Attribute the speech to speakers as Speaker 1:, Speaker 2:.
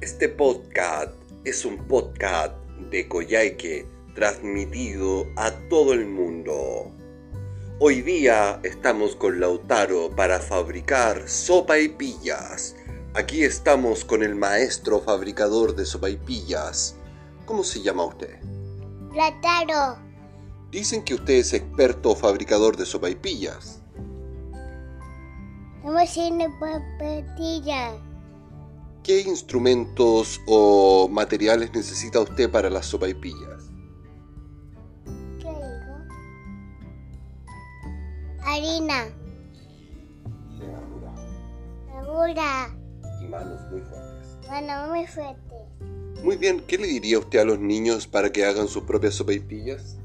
Speaker 1: Este podcast es un podcast de Coyhaique transmitido a todo el mundo. Hoy día estamos con Lautaro para fabricar sopa y pillas. Aquí estamos con el maestro fabricador de sopa y pillas. ¿Cómo se llama usted?
Speaker 2: Plátano.
Speaker 1: Dicen que usted es experto fabricador de sopa y pillas.
Speaker 2: Estamos haciendo papatillas.
Speaker 1: ¿Qué instrumentos o materiales necesita usted para las sopaipillas?
Speaker 2: ¿Qué digo? Harina. Segura.
Speaker 1: Y manos muy fuertes.
Speaker 2: Mano muy fuerte.
Speaker 1: Muy bien, ¿qué le diría usted a los niños para que hagan sus propias sopaipillas?